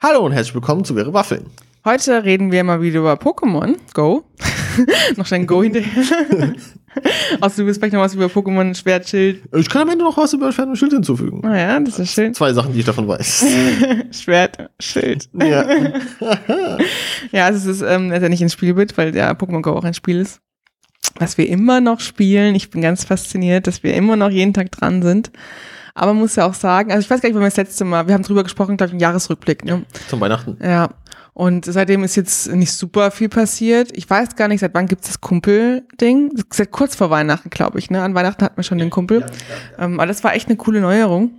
Hallo und herzlich willkommen zu Wäre Waffeln. Heute reden wir mal wieder über Pokémon Go. noch schnell ein Go hinterher. Also, Außer du willst vielleicht noch was über Pokémon Schwert, Schild. Ich kann am Ende noch was über Schwert und Schild hinzufügen. Naja, das ist schön. Zwei Sachen, die ich davon weiß. Schwert, Schild. ja. Ja, also es ist ähm, letztendlich ein Spielbild, weil ja Pokémon Go auch ein Spiel ist. Was wir immer noch spielen. Ich bin ganz fasziniert, dass wir immer noch jeden Tag dran sind. Aber man muss ja auch sagen, also ich weiß gar nicht, wann wir das letzte Mal, wir haben drüber gesprochen, glaube ich, im Jahresrückblick. Ne? Zum Weihnachten. Ja. Und seitdem ist jetzt nicht super viel passiert. Ich weiß gar nicht, seit wann gibt's das Kumpel-Ding? Seit kurz vor Weihnachten, glaube ich. Ne? An Weihnachten hatten wir schon den Kumpel. Ähm, aber das war echt eine coole Neuerung.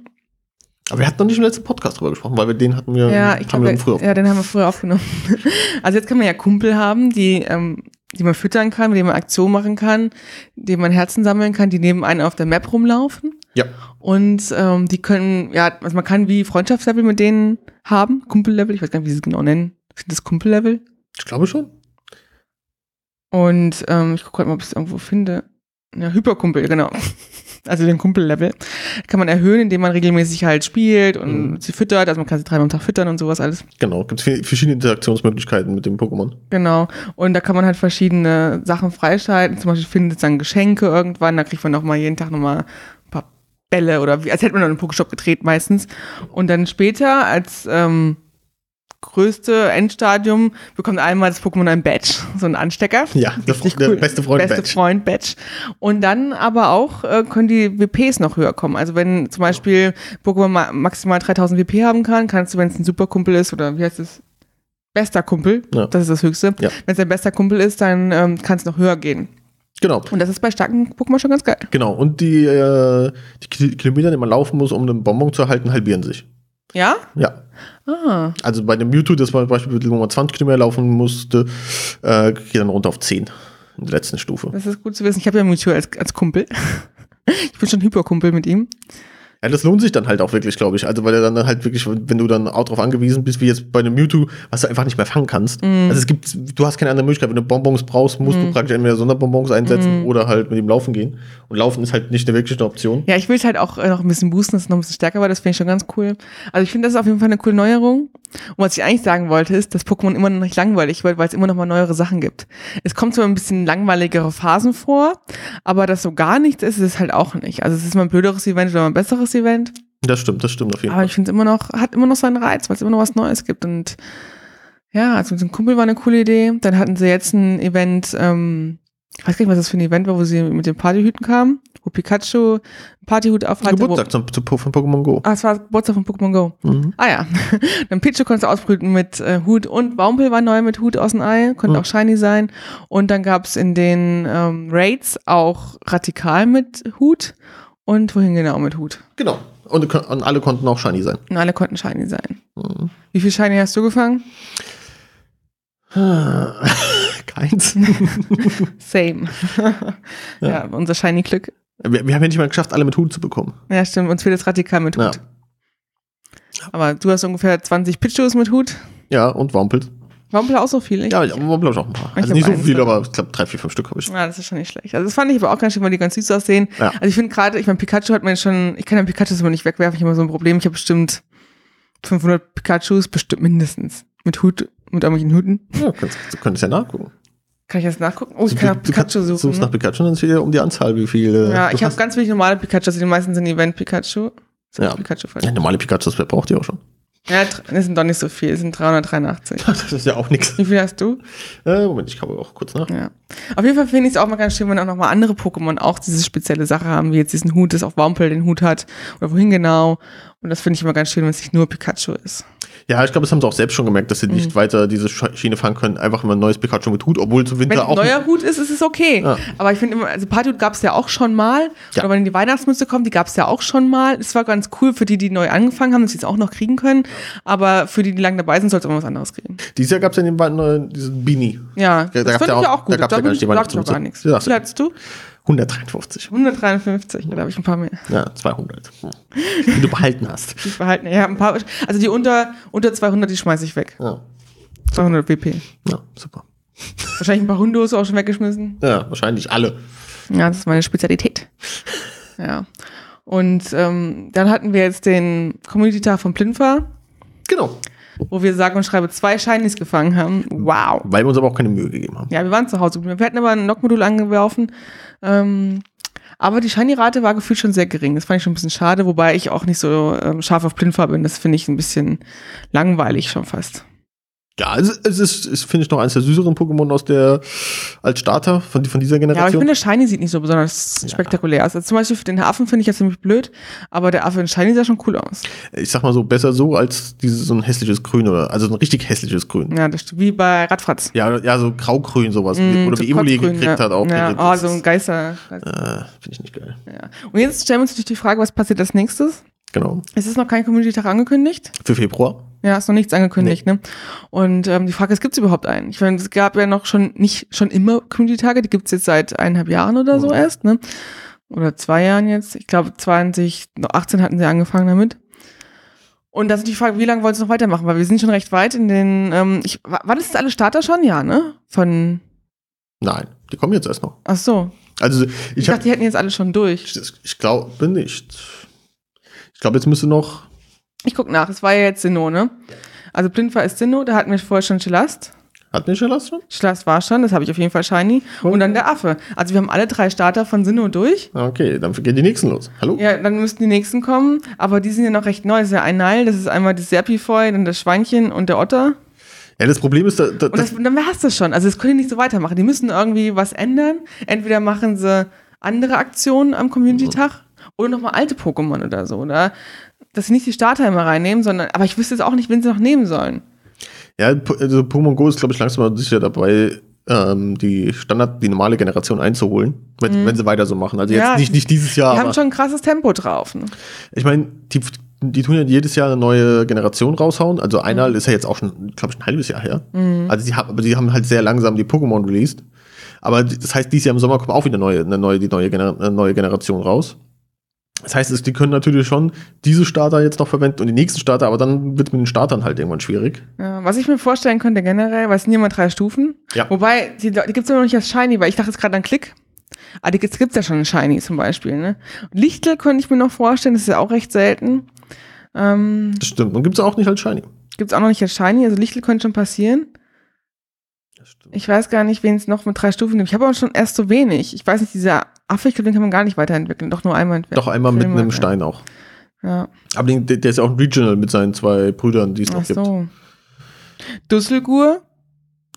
Aber wir hatten noch nicht im letzten Podcast drüber gesprochen, weil wir den hatten wir, Ja, ich Ähm, haben glaube, wir früher. ja, den haben wir früher aufgenommen. Also jetzt kann man ja Kumpel haben, die, ähm, die man füttern kann, mit denen man Aktionen machen kann, denen man Herzen sammeln kann, die neben einem auf der Map rumlaufen. ja. Und ähm, die können, ja, also man kann wie Freundschaftslevel mit denen haben, Kumpellevel, ich weiß gar nicht, wie sie es genau nennen. Sind das Kumpellevel? Ich glaube schon. Und ähm, ich gucke gerade mal, ob ich es irgendwo finde. Ja, Hyperkumpel, genau. Also den Kumpellevel. Kann man erhöhen, indem man regelmäßig halt spielt und Mhm. sie füttert. Also man kann sie dreimal am Tag füttern und sowas alles. Genau. Gibt es verschiedene Interaktionsmöglichkeiten mit dem Pokémon. Genau. Und da kann man halt verschiedene Sachen freischalten. Zum Beispiel findet dann Geschenke irgendwann. Da kriegt man nochmal jeden Tag nochmal ein paar Bälle oder wie, als hätte man noch einen Pokestop gedreht meistens. Und dann später als ähm, größte Endstadium bekommt einmal das Pokémon ein Badge, so ein Anstecker. Ja, der, Fre- Richtig der cool. beste Freund Beste Badge. Freund Badge. Und dann aber auch äh, können die WPs noch höher kommen. Also wenn zum Beispiel Pokémon ma maximal 3000 WP haben kann, kannst du, wenn es ein Superkumpel ist oder wie heißt es? Bester Kumpel, Ja. das ist das Höchste. Ja. Wenn es dein bester Kumpel ist, dann ähm, kann es noch höher gehen. Genau. Und das ist bei starken Pokémon schon ganz geil. Genau. Und die, äh, die Ki- Kilometer, die man laufen muss, um einen Bonbon zu erhalten, halbieren sich. Ja? Ja. Ah. Also bei dem Mewtwo, das man beispielsweise, wo man 20 Kilometer laufen musste, äh, geht dann runter auf 10 in der letzten Stufe. Das ist gut zu wissen. Ich habe ja Mewtwo als, als Kumpel. Ich bin schon Hyperkumpel mit ihm. Ja, das lohnt sich dann halt auch wirklich, glaube ich. Also weil er dann halt wirklich, wenn du dann auch darauf angewiesen bist, wie jetzt bei einem Mewtwo, was du einfach nicht mehr fangen kannst. Mhm. Also es gibt, du hast keine andere Möglichkeit. Wenn du Bonbons brauchst, musst du praktisch entweder Sonderbonbons einsetzen Mhm. oder halt mit ihm laufen gehen. Und laufen ist halt nicht eine wirkliche Option. Ja, ich will es halt auch äh, noch ein bisschen boosten, dass es noch ein bisschen stärker war, das finde ich schon ganz cool. Also ich finde, das ist auf jeden Fall eine coole Neuerung. Und was ich eigentlich sagen wollte, ist, dass Pokémon immer noch nicht langweilig wird, weil es immer noch mal neuere Sachen gibt. Es kommt zwar ein bisschen langweiligere Phasen vor, aber dass so gar nichts ist, ist es halt auch nicht. Also es ist mal ein blöderes Event oder mal ein besseres Event, Das stimmt, das stimmt auf jeden aber Fall. ich finde es immer noch, hat immer noch seinen Reiz, weil es immer noch was Neues gibt. Und ja, also mit dem Kumpel war eine coole Idee. Dann hatten sie jetzt ein Event, ähm, ich weiß gar nicht, was das für ein Event war, wo sie mit den Partyhüten kamen, wo Pikachu einen Partyhut aufhatte. wo- Geburtstag zum, zu, von Pokémon Go. Ah, es war Geburtstag von Pokémon Go. Mhm. Ah ja. Dann Pichu konntest du ausbrüten mit äh, Hut und Baumpel war neu mit Hut aus dem Ei, konnte Mhm. auch shiny sein. Und dann gab's in den ähm, Raids auch Radikal mit Hut und wohin genau mit Hut. Genau. Und, und alle konnten auch shiny sein. Und alle konnten shiny sein. Mhm. Wie viel shiny hast du gefangen? Keins. Same. ja. unser shiny Glück. Wir, wir haben ja nicht mal geschafft, alle mit Hut zu bekommen. Ja, stimmt. Uns fehlt das Radikal mit Ja. Hut. Aber du hast ungefähr 20 Pichus mit Hut. Ja, und Wampels. Wampel auch so viel? Ich Ja, ich habe ich auch ein paar. Also hab nicht so eins, viel, aber- aber ich glaube drei, vier, fünf Stück habe ich. Ja, das ist schon nicht schlecht. Also das fand ich aber auch ganz schön, weil die ganz süß aussehen. Ja. Also ich finde gerade, ich meine, Pikachu hat man schon, ich kann ja Pikachus immer nicht wegwerfen, ich habe immer so ein Problem. Ich habe bestimmt 500 Pikachus, bestimmt mindestens. Mit Hut, mit irgendwelchen Huten. Ja, kannst, du könntest ja nachgucken. Kann ich das nachgucken? Oh, ich kann nach Du- du kannst- Pikachu suchen. Suchst nach Ne? Pikachu, dann ist wieder um die Anzahl, wie viele. Ja, du ich habe hast. ganz wenig normale Pikachus, also die meisten sind Event-Pikachu. Ja. Pikachu voll. Ja, normale Pikachus, wer braucht die auch schon? Ja, dr- das sind doch nicht so viel, das sind 383. Das ist ja auch nichts. Wie viel hast du? Äh, Moment, ich glaube auch kurz nach. Ja. Auf jeden Fall finde ich es auch mal ganz schön, wenn auch nochmal andere Pokémon auch diese spezielle Sache haben, wie jetzt diesen Hut, das auf Wampel den Hut hat oder wohin genau. Und das finde ich immer ganz schön, wenn es nicht nur Pikachu ist. Ja, ich glaube, das haben sie auch selbst schon gemerkt, dass sie Mhm. nicht weiter diese Sch- Schiene fahren können. Einfach immer ein neues Pikachu mit Hut, obwohl zum Wenn Winter es ein auch. neuer Hut ist, ist es okay. Ja. Aber ich finde immer, also Partyhut gab es ja auch schon mal. Ja. Oder wenn die Weihnachtsmütze kommt, die gab es ja auch schon mal. Es war ganz cool für die, die neu angefangen haben, dass sie es auch noch kriegen können. Aber für die, die lange dabei sind, soll es immer was anderes kriegen. Dieses Jahr gab es ja den neuen, diesen Beanie. Ja, da das gab's fand ja ich ja auch- auch da gut. gab's ja gar nicht die sag ich doch gar Weihnachtsmütze. nichts. Wie Ja, viel hattest du? 153. 153, da habe ich ein paar mehr. Ja, 200. Hm. Die du behalten hast. Ich behalten. Ja, ein paar, also die unter, unter 200, die schmeiße ich weg. Ja, 200 BP. ja super. Wahrscheinlich ein paar Hundos auch schon weggeschmissen. Ja, wahrscheinlich alle. Ja, das ist meine Spezialität. Ja. Und ähm, dann hatten wir jetzt den Community-Tag von Plinfa. Genau. wo wir sage und schreibe zwei Shinies gefangen haben. Wow. Weil wir uns aber auch keine Mühe gegeben haben. Ja, wir waren zu Hause. Wir hatten aber ein Knock-Modul angeworfen. Ähm, aber die Shiny-Rate war gefühlt schon sehr gering. Das fand ich schon ein bisschen schade, wobei ich auch nicht so ähm, scharf auf Blindfarbe bin. Das finde ich ein bisschen langweilig schon fast. Ja, es, es ist, es finde ich, noch eines der süßeren Pokémon aus der, als Starter von, von dieser Ja, aber ich Generation. finde, der Shiny sieht nicht so besonders Ja. spektakulär aus. Also zum Beispiel für den Affen finde ich jetzt ziemlich blöd, aber der Affe in Shiny sah schon cool aus. ich, sag mal so, besser so als dieses, so ein hässliches Grün oder, also so ein richtig hässliches Grün. Ja, das stimmt. Wie bei Radfratz. Mm, Ja, ja, so graugrün sowas. oder So wie Emily kotzgrün, gekriegt hat auch. Ja, Die- oh, so ein Geister. äh, finde ich nicht geil. Ja. Und jetzt stellen wir uns natürlich die Frage, was passiert als nächstes? Genau. Es ist noch kein Community-Tag angekündigt. Für Februar. Ja, ist noch nichts angekündigt, ne? Und ähm, die Frage ist, gibt's überhaupt einen? Ich meine, es gab ja noch schon nicht schon immer Community-Tage, die gibt's jetzt seit eineinhalb Jahren oder so Mhm. erst, ne? Oder zwei Jahren jetzt. Ich glaube, 2018 hatten sie angefangen damit. Und das ist die Frage, wie lange wollen sie noch weitermachen? Weil wir sind schon recht weit in den, ähm, ich, wa- wann ist das alle Starter schon? Ja, ne? Von, Nein, die kommen jetzt erst noch. ach so. Also Ich, ich, hab, dachte, die hätten jetzt alle schon durch. ich, ich glaube nicht. Ich glaube, jetzt müsste noch. Ich guck nach, es war ja jetzt Sinnoh, ne? Also blind war ist Sinnoh, da hatten wir vorher schon Chelast. Hat nicht Last schon? Schloss war schon, das habe ich auf jeden Fall shiny. Und dann der Affe. Also wir haben alle drei Starter von Sinnoh durch. Ah, Okay, dann gehen die nächsten los. Hallo? Ja, dann müssten die nächsten kommen, aber die sind ja noch recht neu. Das ist ja ein Nile, das ist einmal das Serpifoy, dann das Schweinchen und der Otter. Ja, das Problem ist, da, da, Und das, das, dann hast du schon. Also das können die nicht so weitermachen. Die müssen irgendwie was ändern. Entweder machen sie andere Aktionen am Community-Tag oder nochmal alte Pokémon oder so, oder? Dass sie nicht die Starter immer reinnehmen, sondern, aber ich wüsste jetzt auch nicht, wen sie noch nehmen sollen. ja, Po- also Pokémon Go ist, glaube ich, langsam aber sicher dabei, ähm, die Standard, die normale Generation einzuholen, wenn, wenn sie weiter so machen. Also jetzt Mhm. Ja, nicht, nicht dieses Die Jahr, haben aber schon ein krasses Tempo drauf. Ne? ich meine, die, die tun ja jedes Jahr eine neue Generation raushauen. Also einer ist ja jetzt auch schon, glaube ich, ein halbes Jahr her. Also die haben, aber die haben halt sehr langsam die Pokémon released. Aber die- das heißt, dieses Jahr im Sommer kommt auch wieder neue, eine neue, die neue, Gener eine neue Generation raus. Das heißt, es, die können natürlich schon diese Starter jetzt noch verwenden und die nächsten Starter, aber dann wird mit den Startern halt irgendwann schwierig. Ja, was ich mir vorstellen könnte generell, weil es sind ja immer drei Stufen. Ja. Wobei, die, die gibt es immer noch nicht als Shiny, weil ich dachte jetzt gerade an Klick. Aber die gibt es ja schon in Shiny zum Beispiel. Ne? Lichtel könnte ich mir noch vorstellen, das ist ja auch recht selten. Ähm, Das stimmt. Und gibt es auch nicht als Shiny. gibt es auch noch nicht als Shiny, also Lichtel könnte schon passieren. Das stimmt. Ich weiß gar nicht, wen es noch mit drei Stufen gibt. Ich habe aber schon erst so wenig. Ich weiß nicht, dieser Affe, ich glaube, den kann man gar nicht weiterentwickeln. Doch nur einmal entwickeln. Doch einmal mit Filme, einem ja. Stein auch. Ja, Aber den, der der ist ja auch ein Regional mit seinen zwei Brüdern, die es noch ach gibt. so. Dusselgur,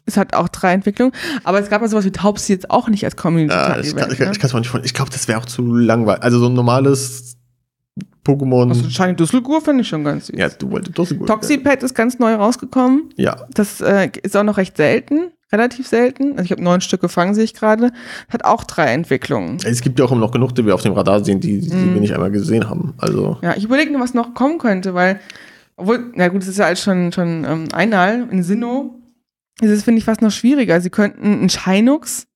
es hat auch drei Entwicklungen. Aber es gab ja sowas wie Taubsi jetzt auch nicht als community Ja, Tag ich Ah, kann Event, es mir ne? nicht vorstellen. Ich glaube, das wäre auch zu langweilig. Also so ein normales Also Pokémon. Shiny Dusselgur finde ich schon ganz süß. Ja, du wolltest Dossi Toxipad ist ganz neu rausgekommen. Ja, Das äh, ist auch noch recht selten, relativ selten. Also ich habe neun Stück gefangen, sehe ich gerade. Hat auch drei Entwicklungen. es gibt ja auch immer noch genug, die wir auf dem Radar sehen, die, die Mhm. wir nicht einmal gesehen haben. Also Ja, ich überlege nur, was noch kommen könnte, weil, obwohl, na gut, es ist ja alles schon, schon ähm, einal in Sinnoh. Das ist, finde ich, fast noch schwieriger. Sie könnten einen Shinux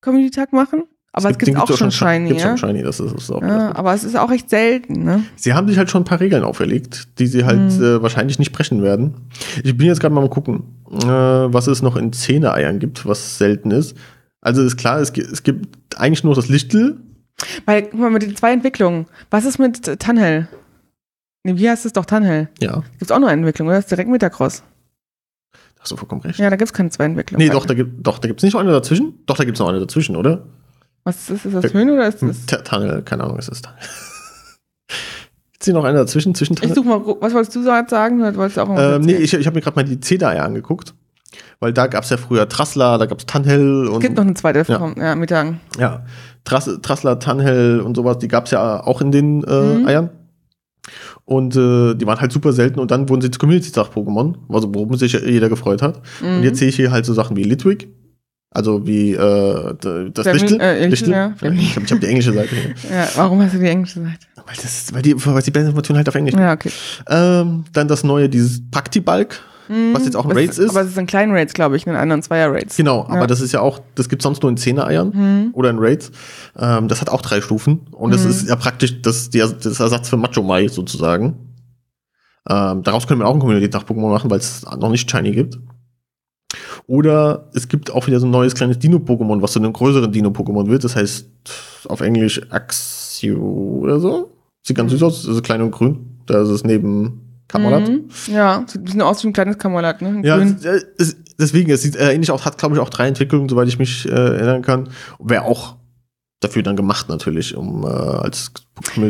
Community-Tag machen, aber es gibt, den auch schon Shi- Shiny, gibt's ja. schon Shiny, das ist, das ist auch ja. Aber es ist auch recht selten, ne? Sie haben sich halt schon ein paar Regeln auferlegt, die sie halt Mhm. äh, wahrscheinlich nicht brechen werden. Ich bin jetzt gerade mal mal gucken, äh, was es noch in Zähne-Eiern gibt, was selten ist. Also ist klar, es, gi- es gibt eigentlich nur das Lichtel. Weil, guck mal, mit den zwei Entwicklungen. Was ist mit äh, Tanhell? Nee, wie heißt es doch Tanhell? Ja, Gibt's auch nur eine Entwicklung, oder? Das ist direkt Metacross. hast du vollkommen recht. Ja, da gibt's keine zwei Entwicklungen. Nee, doch, da gibt doch, da gibt's nicht noch eine dazwischen. Doch, da gibt's noch eine dazwischen, oder? Was ist, das? ist das Höhen oder ist das? T- Tunnel, keine Ahnung, es ist Tunnel. Gibt's hier noch eine dazwischen? Zwischen Ich Tunnel? suche mal, gu- was wolltest du so sagen? Oder wolltest du auch mal Ähm, nee, ich, ich habe mir gerade mal die Zedai angeguckt, weil da gab's ja früher Trassler, da gab's Tunnel es gibt und noch eine zweite Frau, ja, mit Dank. ja, Trass, Trassler, Tunnel und sowas, die gab's ja auch in den äh, Mhm. Eiern. Und äh, die waren halt super selten und dann wurden sie zu Community-Tag-Pokémon, also worum sich ja jeder gefreut hat. Mhm. Und jetzt sehe ich hier halt so Sachen wie Litwick, also wie äh, d- das Flamin- Lichtel. äh, Lichtel, Lichtel. ja. Ich habe hab die englische Seite hier. Ja, warum hast du die englische Seite? Weil, das, weil, die, weil die Informationen halt auf Englisch Ja, okay. Ähm, dann das neue, dieses Praktibalk, was jetzt auch ein Raids ist. Mhm. Aber es ist ein kleinen Raids, glaube ich, in anderen zweier Raids. Genau, Ja. aber das ist ja auch, das gibt sonst nur in Zehner-Eiern Mhm. oder in Raids. Ähm, das hat auch drei Stufen und das ist ja praktisch das, die, das Ersatz für Macho Mai sozusagen. Ähm, daraus können wir auch ein Community-Tag-Pokémon machen, weil es noch nicht Shiny gibt. Oder es gibt auch wieder so ein neues kleines Dino-Pokémon, was zu einem größeren Dino-Pokémon wird. Das heißt auf Englisch Axio oder so. Sieht ganz süß aus, ist klein und grün. Da ist es neben Kamerad. Mhm. Ja, sieht ein bisschen aus wie ein kleines Kamerad, ne? In Ja, grün. es, es, deswegen, es sieht äh, ähnlich aus, hat, glaube ich, auch drei Entwicklungen, soweit ich mich äh, erinnern kann. Wäre auch dafür dann gemacht, natürlich, um äh, als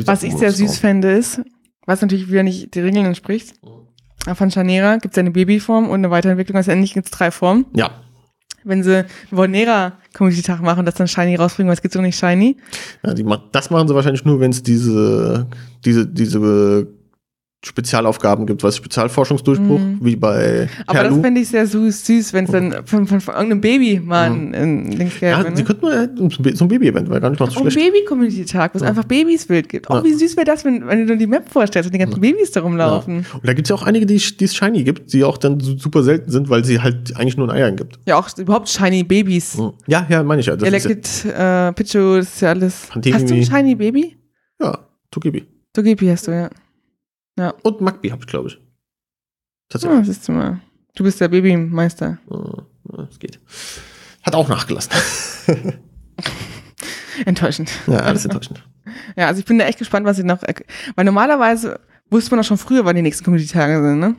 Was ich sehr süß fände ist, was natürlich wieder nicht den Regeln entspricht, aber von Chanera gibt es eine Babyform und eine Weiterentwicklung, also endlich gibt es drei Formen. Ja, Wenn sie einen Vonera-Community-Tag machen und das dann Shiny rausbringen, was gibt's doch nicht Shiny? ja die, ma- das machen sie wahrscheinlich nur, wenn es diese, diese, diese Spezialaufgaben gibt, was Spezialforschungsdurchbruch, wie bei Mhm. Aber das Perlu. fände ich sehr süß, süß wenn es dann von, von, von irgendeinem Baby mal ein, ein Link gäbe. Oh. Mhm. ja, die ne? könnten mal äh, so ein Baby-Event, wäre gar nicht mal so Oh, ein schlecht. Baby-Community-Tag, wo es einfach Babys wild gibt. Oh, Ja. wie süß wäre das, wenn, wenn du dir die Map vorstellst und die ganzen Babys da Ja. rumlaufen. Und da gibt es ja auch einige, die die es shiny gibt, die auch dann su- super selten sind, weil sie halt eigentlich nur ein Eiern gibt. Hm. Ja, auch überhaupt shiny Babys. Ja, ja, meine ich ja. Das ist ja- Elected, äh, Pichu, das ist ja alles. Fand die Hast du ein irgendwie- shiny Baby? Ja, Togebi. Togepi hast du, ja. Und Magbi habe ich, glaube ich. Tatsächlich. Ah, siehst du mal. Du bist der Babymeister. Äh, Es geht. Hat auch nachgelassen. Enttäuschend. ja, alles enttäuschend. Ja, also ich bin da echt gespannt, was sie noch. erk- Weil normalerweise wusste man auch schon früher, wann die nächsten Community-Tage sind, ne?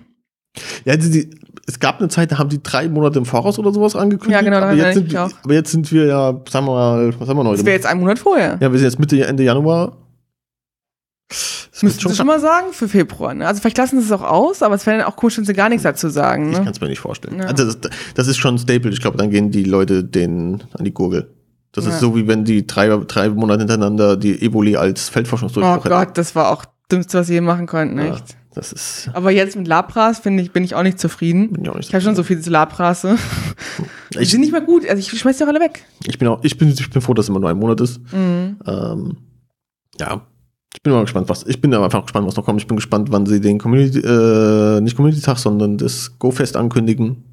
Ja, die, die, es gab eine Zeit, da haben die drei Monate im Voraus oder sowas angekündigt. Ja, genau, da aber jetzt, sind, erinnere ich mich wir- auch. aber jetzt sind wir ja, sagen wir mal, was haben wir noch? Das wäre jetzt ein Monat vorher. Also Ja, wir sind jetzt Mitte, Ende Januar. Das Müssten sie schon mal sagen für Februar. Ne? Also vielleicht lassen sie es auch aus, aber es wäre dann auch komisch, wenn sie gar nichts dazu sagen. Ich Ne? kann es mir nicht vorstellen. Ja. Also das, das ist schon ein Staple. Ich glaube, dann gehen die Leute den an die Gurgel. Das Ja. ist so, wie wenn die drei, drei Monate hintereinander die Eboli als Feldforschungsdurchbruch Oh Gott, das war auch das Dümmste, was sie je machen konnten, hätten. Ja, echt. das ist, Aber jetzt mit Lapras finde ich, bin ich auch nicht zufrieden. bin ich auch nicht Ich habe schon so viel zu Lapras. ne? Die Ich- sind nicht mehr gut. Also ich schmeiß die auch alle weg. Mhm, Ich bin, auch, ich, bin, ich bin froh, dass es immer nur ein Monat ist. Ähm, ja, ich bin mal gespannt, was. Ich bin aber einfach gespannt, was noch kommt. Ich bin gespannt, wann sie den Community, äh, nicht Community-Tag, sondern das Go-Fest ankündigen.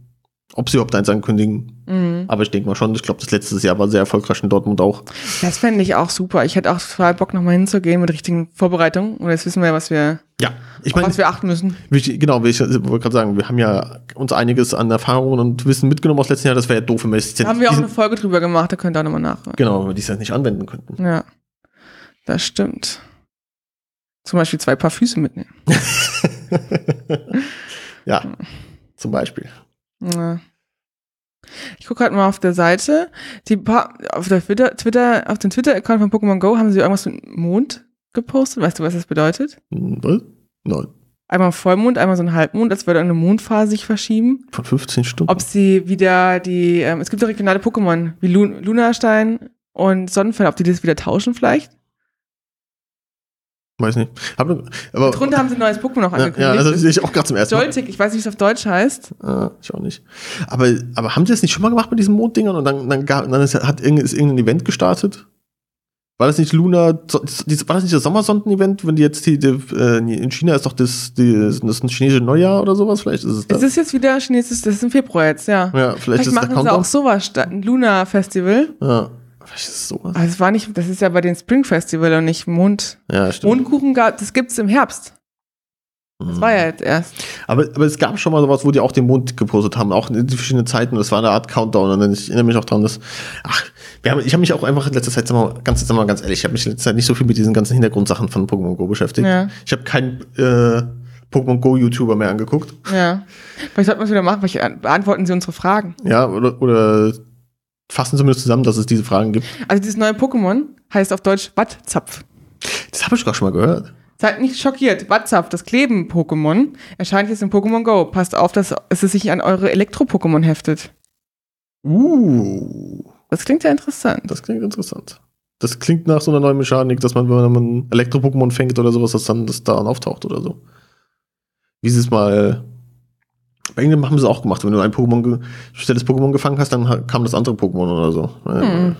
Ob sie überhaupt eins ankündigen. mhm. Aber ich denke mal schon, ich glaube, das letzte Jahr war sehr erfolgreich in Dortmund auch. Das fände ich auch super. Ich hätte auch total Bock, nochmal hinzugehen mit richtigen Vorbereitungen. Und jetzt wissen wir, was wir, Ja, ich auf meine, was wir achten müssen. wichtig- genau, wie ich wollte gerade sagen, wir haben ja uns einiges an Erfahrungen und Wissen mitgenommen aus letzten Jahr. Das wäre ja doof, wenn wir das jetzt Da haben wir auch eine diesen, Folge drüber gemacht, da könnt ihr auch nochmal nachhören. genau, wenn wir dies jetzt nicht anwenden könnten. Ja, das stimmt. Zum Beispiel zwei Paar Füße mitnehmen. Ja, zum Beispiel. Ja. Ich gucke gerade mal auf der Seite. Die pa auf der Twitter, Twitter, auf dem Twitter-Account von Pokémon Go haben sie irgendwas mit Mond gepostet. Weißt du, was das bedeutet? Hm, Was? Nein. Einmal Vollmond, einmal so ein Halbmond, als würde eine Mondphase sich verschieben. Von 15 Stunden. Ob sie wieder die, ähm, es gibt ja regionale Pokémon wie Lu Lunastein und Sonnenfell, ob die das wieder tauschen vielleicht? Weiß nicht. Hab, aber, Darunter haben sie ein neues Pokémon auch Oh. ja, angekündigt. ja, also das sehe ich auch gerade zum ersten Mal. Doltik, ich weiß nicht, wie es auf Deutsch heißt. Ah, ich auch nicht. Aber, aber haben sie das nicht schon mal gemacht mit diesen Monddingern und dann, dann, gab, dann ist, hat irgendein, ist irgendein Event gestartet? War das nicht Luna, so- die- war das nicht das Sommersonden-Event, wenn die jetzt die, die, äh, in China ist doch das, die, das ist ein chinesische Neujahr oder sowas? Vielleicht ist es das. Es ist jetzt wieder chinesisch, das ist im Februar jetzt, ja. ja, vielleicht, Vielleicht ist der machen sie auch Countdown. sowas statt ein Luna Festival. Ja, vielleicht ist es sowas. Aber es war nicht, das ist ja bei den Spring Festival und nicht Mond. Ja, stimmt. Mhm. Mondkuchen gab, das gibt's im Herbst. Das war ja jetzt erst. Aber, aber es gab schon mal sowas, wo die auch den Mond gepostet haben, auch in verschiedenen Zeiten. Das war eine Art Countdown. Und dann, ich erinnere mich auch dran, dass. Ach, wir haben, ich habe mich auch einfach in letzter Zeit, sagen wir mal, ganz, sagen wir mal ganz ehrlich, ich habe mich in letzter Zeit nicht so viel mit diesen ganzen Hintergrundsachen von Pokémon Go beschäftigt. Ja. Ich habe keinen äh, Pokémon Go-YouTuber mehr angeguckt. Ja. Vielleicht sollten wir es wieder machen, vielleicht an- beantworten sie unsere Fragen. Ja, oder, oder fassen zumindest zusammen, dass es diese Fragen gibt. Also dieses neue Pokémon heißt auf Deutsch Wattzapf. Das habe ich gar schon mal gehört. Seid nicht schockiert. Wattzapf, das Kleben-Pokémon, erscheint jetzt in Pokémon Go. Passt auf, dass es sich nicht an eure Elektro-Pokémon heftet. Uh, Das klingt ja interessant. das klingt interessant. Das klingt nach so einer neuen Mechanik, dass man, wenn man Elektro-Pokémon fängt oder sowas, dass dann das daran auftaucht oder so. Wie sie es mal. Bei irgendeinem haben sie es auch gemacht. Wenn du ein Pokémon ge- spezielles Pokémon gefangen hast, dann ha- kam das andere Pokémon oder so. Äh, Hm.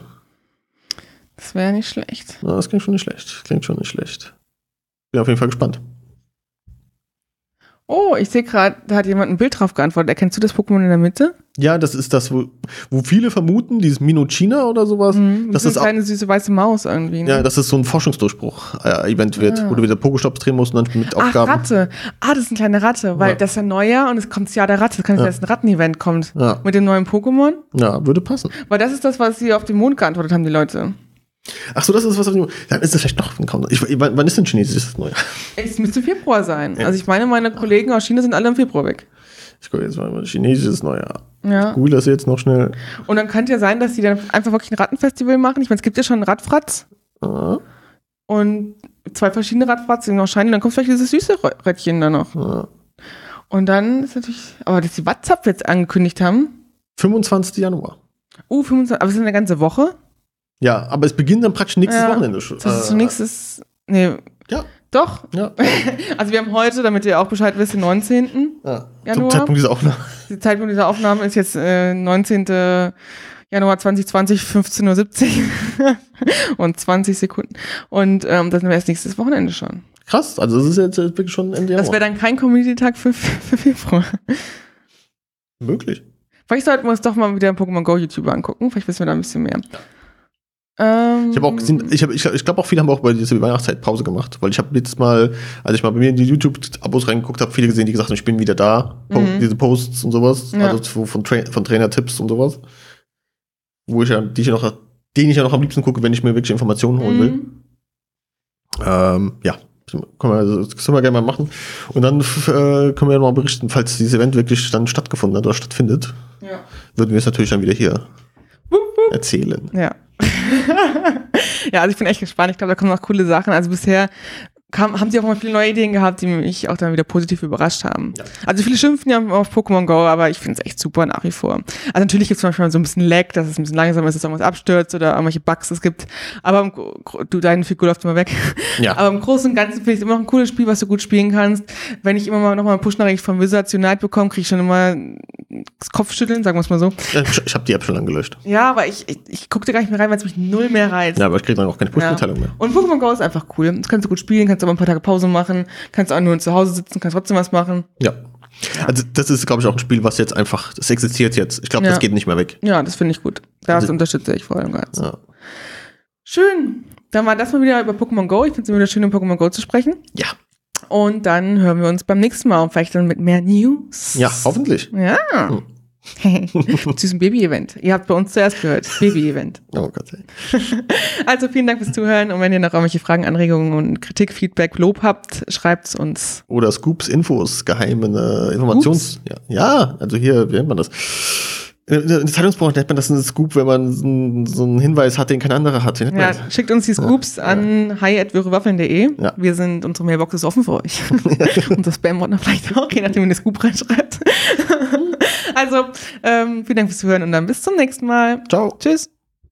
Das wäre nicht schlecht. na, das klingt schon nicht schlecht. Klingt schon nicht schlecht. Bin auf jeden Fall gespannt. Oh, ich sehe gerade, da hat jemand ein Bild drauf geantwortet. Erkennst du das Pokémon in der Mitte? Ja, das ist das, wo, wo viele vermuten, dieses Minochina oder sowas, dass Hm, Das ist Mhm. das eine auch, kleine süße weiße Maus irgendwie. Ne? ja, dass es so ein Forschungsdurchbruch-Event wird, Ah. wo du wieder Pokestops drehen musst und dann mit Ach, Aufgaben. Ratte. Ah, das ist eine kleine Ratte, weil Ja. das ist ja neuer und es kommt das Jahr der Ratte. Das kann sein, Ja. dass ein Ratten-Event kommt. Ja. Mit dem neuen Pokémon. Ja, würde passen. Weil das ist das, was sie auf den Mond geantwortet haben, die Leute. Ach so, das ist was auf dem Dann ist das vielleicht doch ein Countdown. Ich, wann wann ist denn chinesisches Neujahr? Es müsste Februar sein. Also ich meine, meine Kollegen aus China sind alle im Februar weg. Ich gucke jetzt mal, mal chinesisches Neujahr. Ja. Ich google das jetzt noch schnell. Und dann kann es ja sein, dass die dann einfach wirklich ein Rattenfestival machen. Ich meine, es gibt ja schon einen Radfratz Ah, und zwei verschiedene Radfratz, die noch scheinen. Dann kommt vielleicht dieses süße Rö- Rädchen da noch. ah. Und dann ist natürlich, aber dass die WhatsApp jetzt angekündigt haben, 25. Januar. uh, 25, aber es ist eine ganze Woche. Ja, aber es beginnt dann praktisch nächstes Ja, Wochenende schon. Das ist Äh, zunächst ist, nee, Ja. doch. Ja. Also wir haben heute, damit ihr auch Bescheid wisst, den 19. ja. Zum Januar. Zeitpunkt dieser Aufnahme. Der Zeitpunkt dieser Aufnahme ist jetzt äh, 19. Januar 2020, 15.70 Uhr und 20 Sekunden. Und ähm, das wäre erst nächstes Wochenende schon. Krass, also das ist jetzt äh, wirklich schon Ende Das Januar. wäre dann kein Community-Tag für, für, für Februar. Möglich. Vielleicht sollten wir uns doch mal wieder einen Pokémon Go-YouTuber angucken. Vielleicht wissen wir da ein bisschen mehr. Ähm, Ich habe auch gesehen, ich, hab, ich, ich glaube auch viele haben auch bei dieser Weihnachtszeit Pause gemacht, weil ich habe jetzt mal, als ich mal bei mir in die YouTube-Abos reingeguckt habe, viele gesehen, die gesagt haben, ich bin wieder da, Po- Mhm. diese Posts und sowas, Ja. also zu- von, Tra von Trainer-Tipps und sowas, wo ich ja, die ich ja noch, den ich ja noch am liebsten gucke, wenn ich mir wirklich Informationen holen will. Mhm. Ähm, ja, können wir, also, das können wir gerne mal machen. Und dann f- äh, können wir ja noch mal berichten, falls dieses Event wirklich dann stattgefunden hat oder stattfindet, Ja. würden wir es natürlich dann wieder hier erzählen. Ja. ja, also ich bin echt gespannt. Ich glaube, da kommen noch coole Sachen. Also bisher kam, haben sie auch mal viele neue Ideen gehabt, die mich auch dann wieder positiv überrascht haben. Also viele schimpfen ja auf Pokémon Go, aber ich finde es echt super nach wie vor. Also natürlich gibt es manchmal so ein bisschen Lag, dass es ein bisschen langsamer ist, dass irgendwas abstürzt oder irgendwelche Bugs es gibt. Aber im, Gro- Gro- du, deine Figur läuft immer weg. Ja. Aber im Großen und Ganzen finde ich es immer noch ein cooles Spiel, was du gut spielen kannst. Wenn ich immer mal nochmal eine Push-Nachricht von Wizards Unite bekomme, kriege ich schon immer das Kopfschütteln, sagen wir es mal so. Äh, Ich, ich habe die App schon lange gelöscht. Ja, aber ich, ich, ich gucke da gar nicht mehr rein, weil es mich null mehr reizt. Ja, aber ich kriege dann auch keine Push-Mitteilung mehr. Und Pokémon Go ist einfach cool. Das kannst du gut spielen, kannst aber ein paar Tage Pause machen, kannst auch nur zu Hause sitzen, kannst trotzdem was machen. Ja. Also das ist, glaube ich, auch ein Spiel, was jetzt einfach, das existiert jetzt. Ich glaube, Ja. das geht nicht mehr weg. Ja, das finde ich gut. Das Also- unterstütze ich vor allem ganz. Ja. Schön. Dann war das mal wieder über Pokémon Go. Ich finde es immer wieder schön, über Pokémon Go zu sprechen. Ja, Und dann hören wir uns beim nächsten Mal und vielleicht dann mit mehr News. ja Hm. hoffentlich. Ja. Süßen Baby-Event. Ihr habt bei uns zuerst gehört. Baby-Event. Oh Gott. ey. Also vielen Dank fürs Zuhören und wenn ihr noch irgendwelche Fragen, Anregungen und Kritik, Feedback, Lob habt, schreibt's uns. Oder Scoops, Infos, geheime äh, Informations... Ja. ja, also hier, wie nennt man das? In in der Zeitungsbranche nennt man das einen Scoop, wenn man so einen, so einen Hinweis hat, den kein anderer hat. Wie nennt man Ja, schickt uns die Scoops an hi.würewaffel.de. Ja. Wir sind, unsere Mailbox ist offen für euch. Unser Spam-Ordner vielleicht auch, je nachdem, wenn ihr Scoop reinschreibt. also, ähm, vielen Dank fürs Zuhören und dann bis zum nächsten Mal. das? Ciao. Tschüss.